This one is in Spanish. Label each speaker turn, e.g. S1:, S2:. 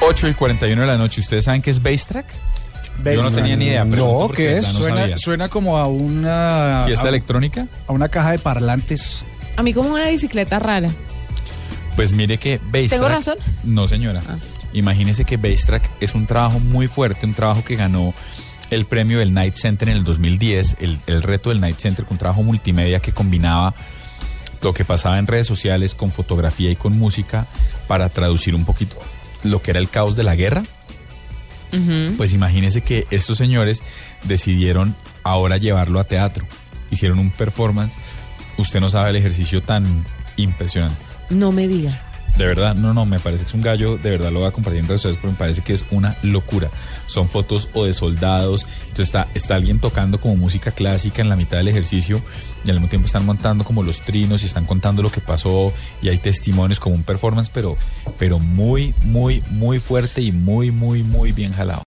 S1: 8 y 41 de la noche. ¿Ustedes saben qué es Bass Track? Yo no tenía ni idea.
S2: No,
S1: pregunto
S2: ¿qué
S1: porque
S2: es?
S1: la no
S2: suena,
S1: sabía.
S2: suena como a una, a,
S1: ¿Fiesta electrónica?
S2: a una caja de parlantes.
S3: A mí como una bicicleta rara.
S1: Pues mire que Bass
S3: ¿Tengo
S1: Track-
S3: razón?
S1: No, señora.
S3: Ah.
S1: Imagínese que Bass Track es un trabajo muy fuerte, un trabajo que ganó el premio del Night Center en el 2010, el, el reto del Night Center, con un trabajo multimedia que combinaba lo que pasaba en redes sociales con fotografía y con música para traducir un poquito lo que era el caos de la guerra. Pues imagínese que estos señores decidieron ahora llevarlo a teatro. Hicieron un performance. Usted no sabe el ejercicio tan impresionante.
S3: No me diga.
S1: De verdad, no, no, me parece que es un gallo, de verdad lo voy a compartir en redes sociales, pero me parece que es una locura. Son fotos o de soldados, entonces está, está alguien tocando como música clásica en la mitad del ejercicio y al mismo tiempo están montando como los trinos y están contando lo que pasó y hay testimonios como un performance, pero, pero muy, muy, muy fuerte y muy, muy, muy bien jalado.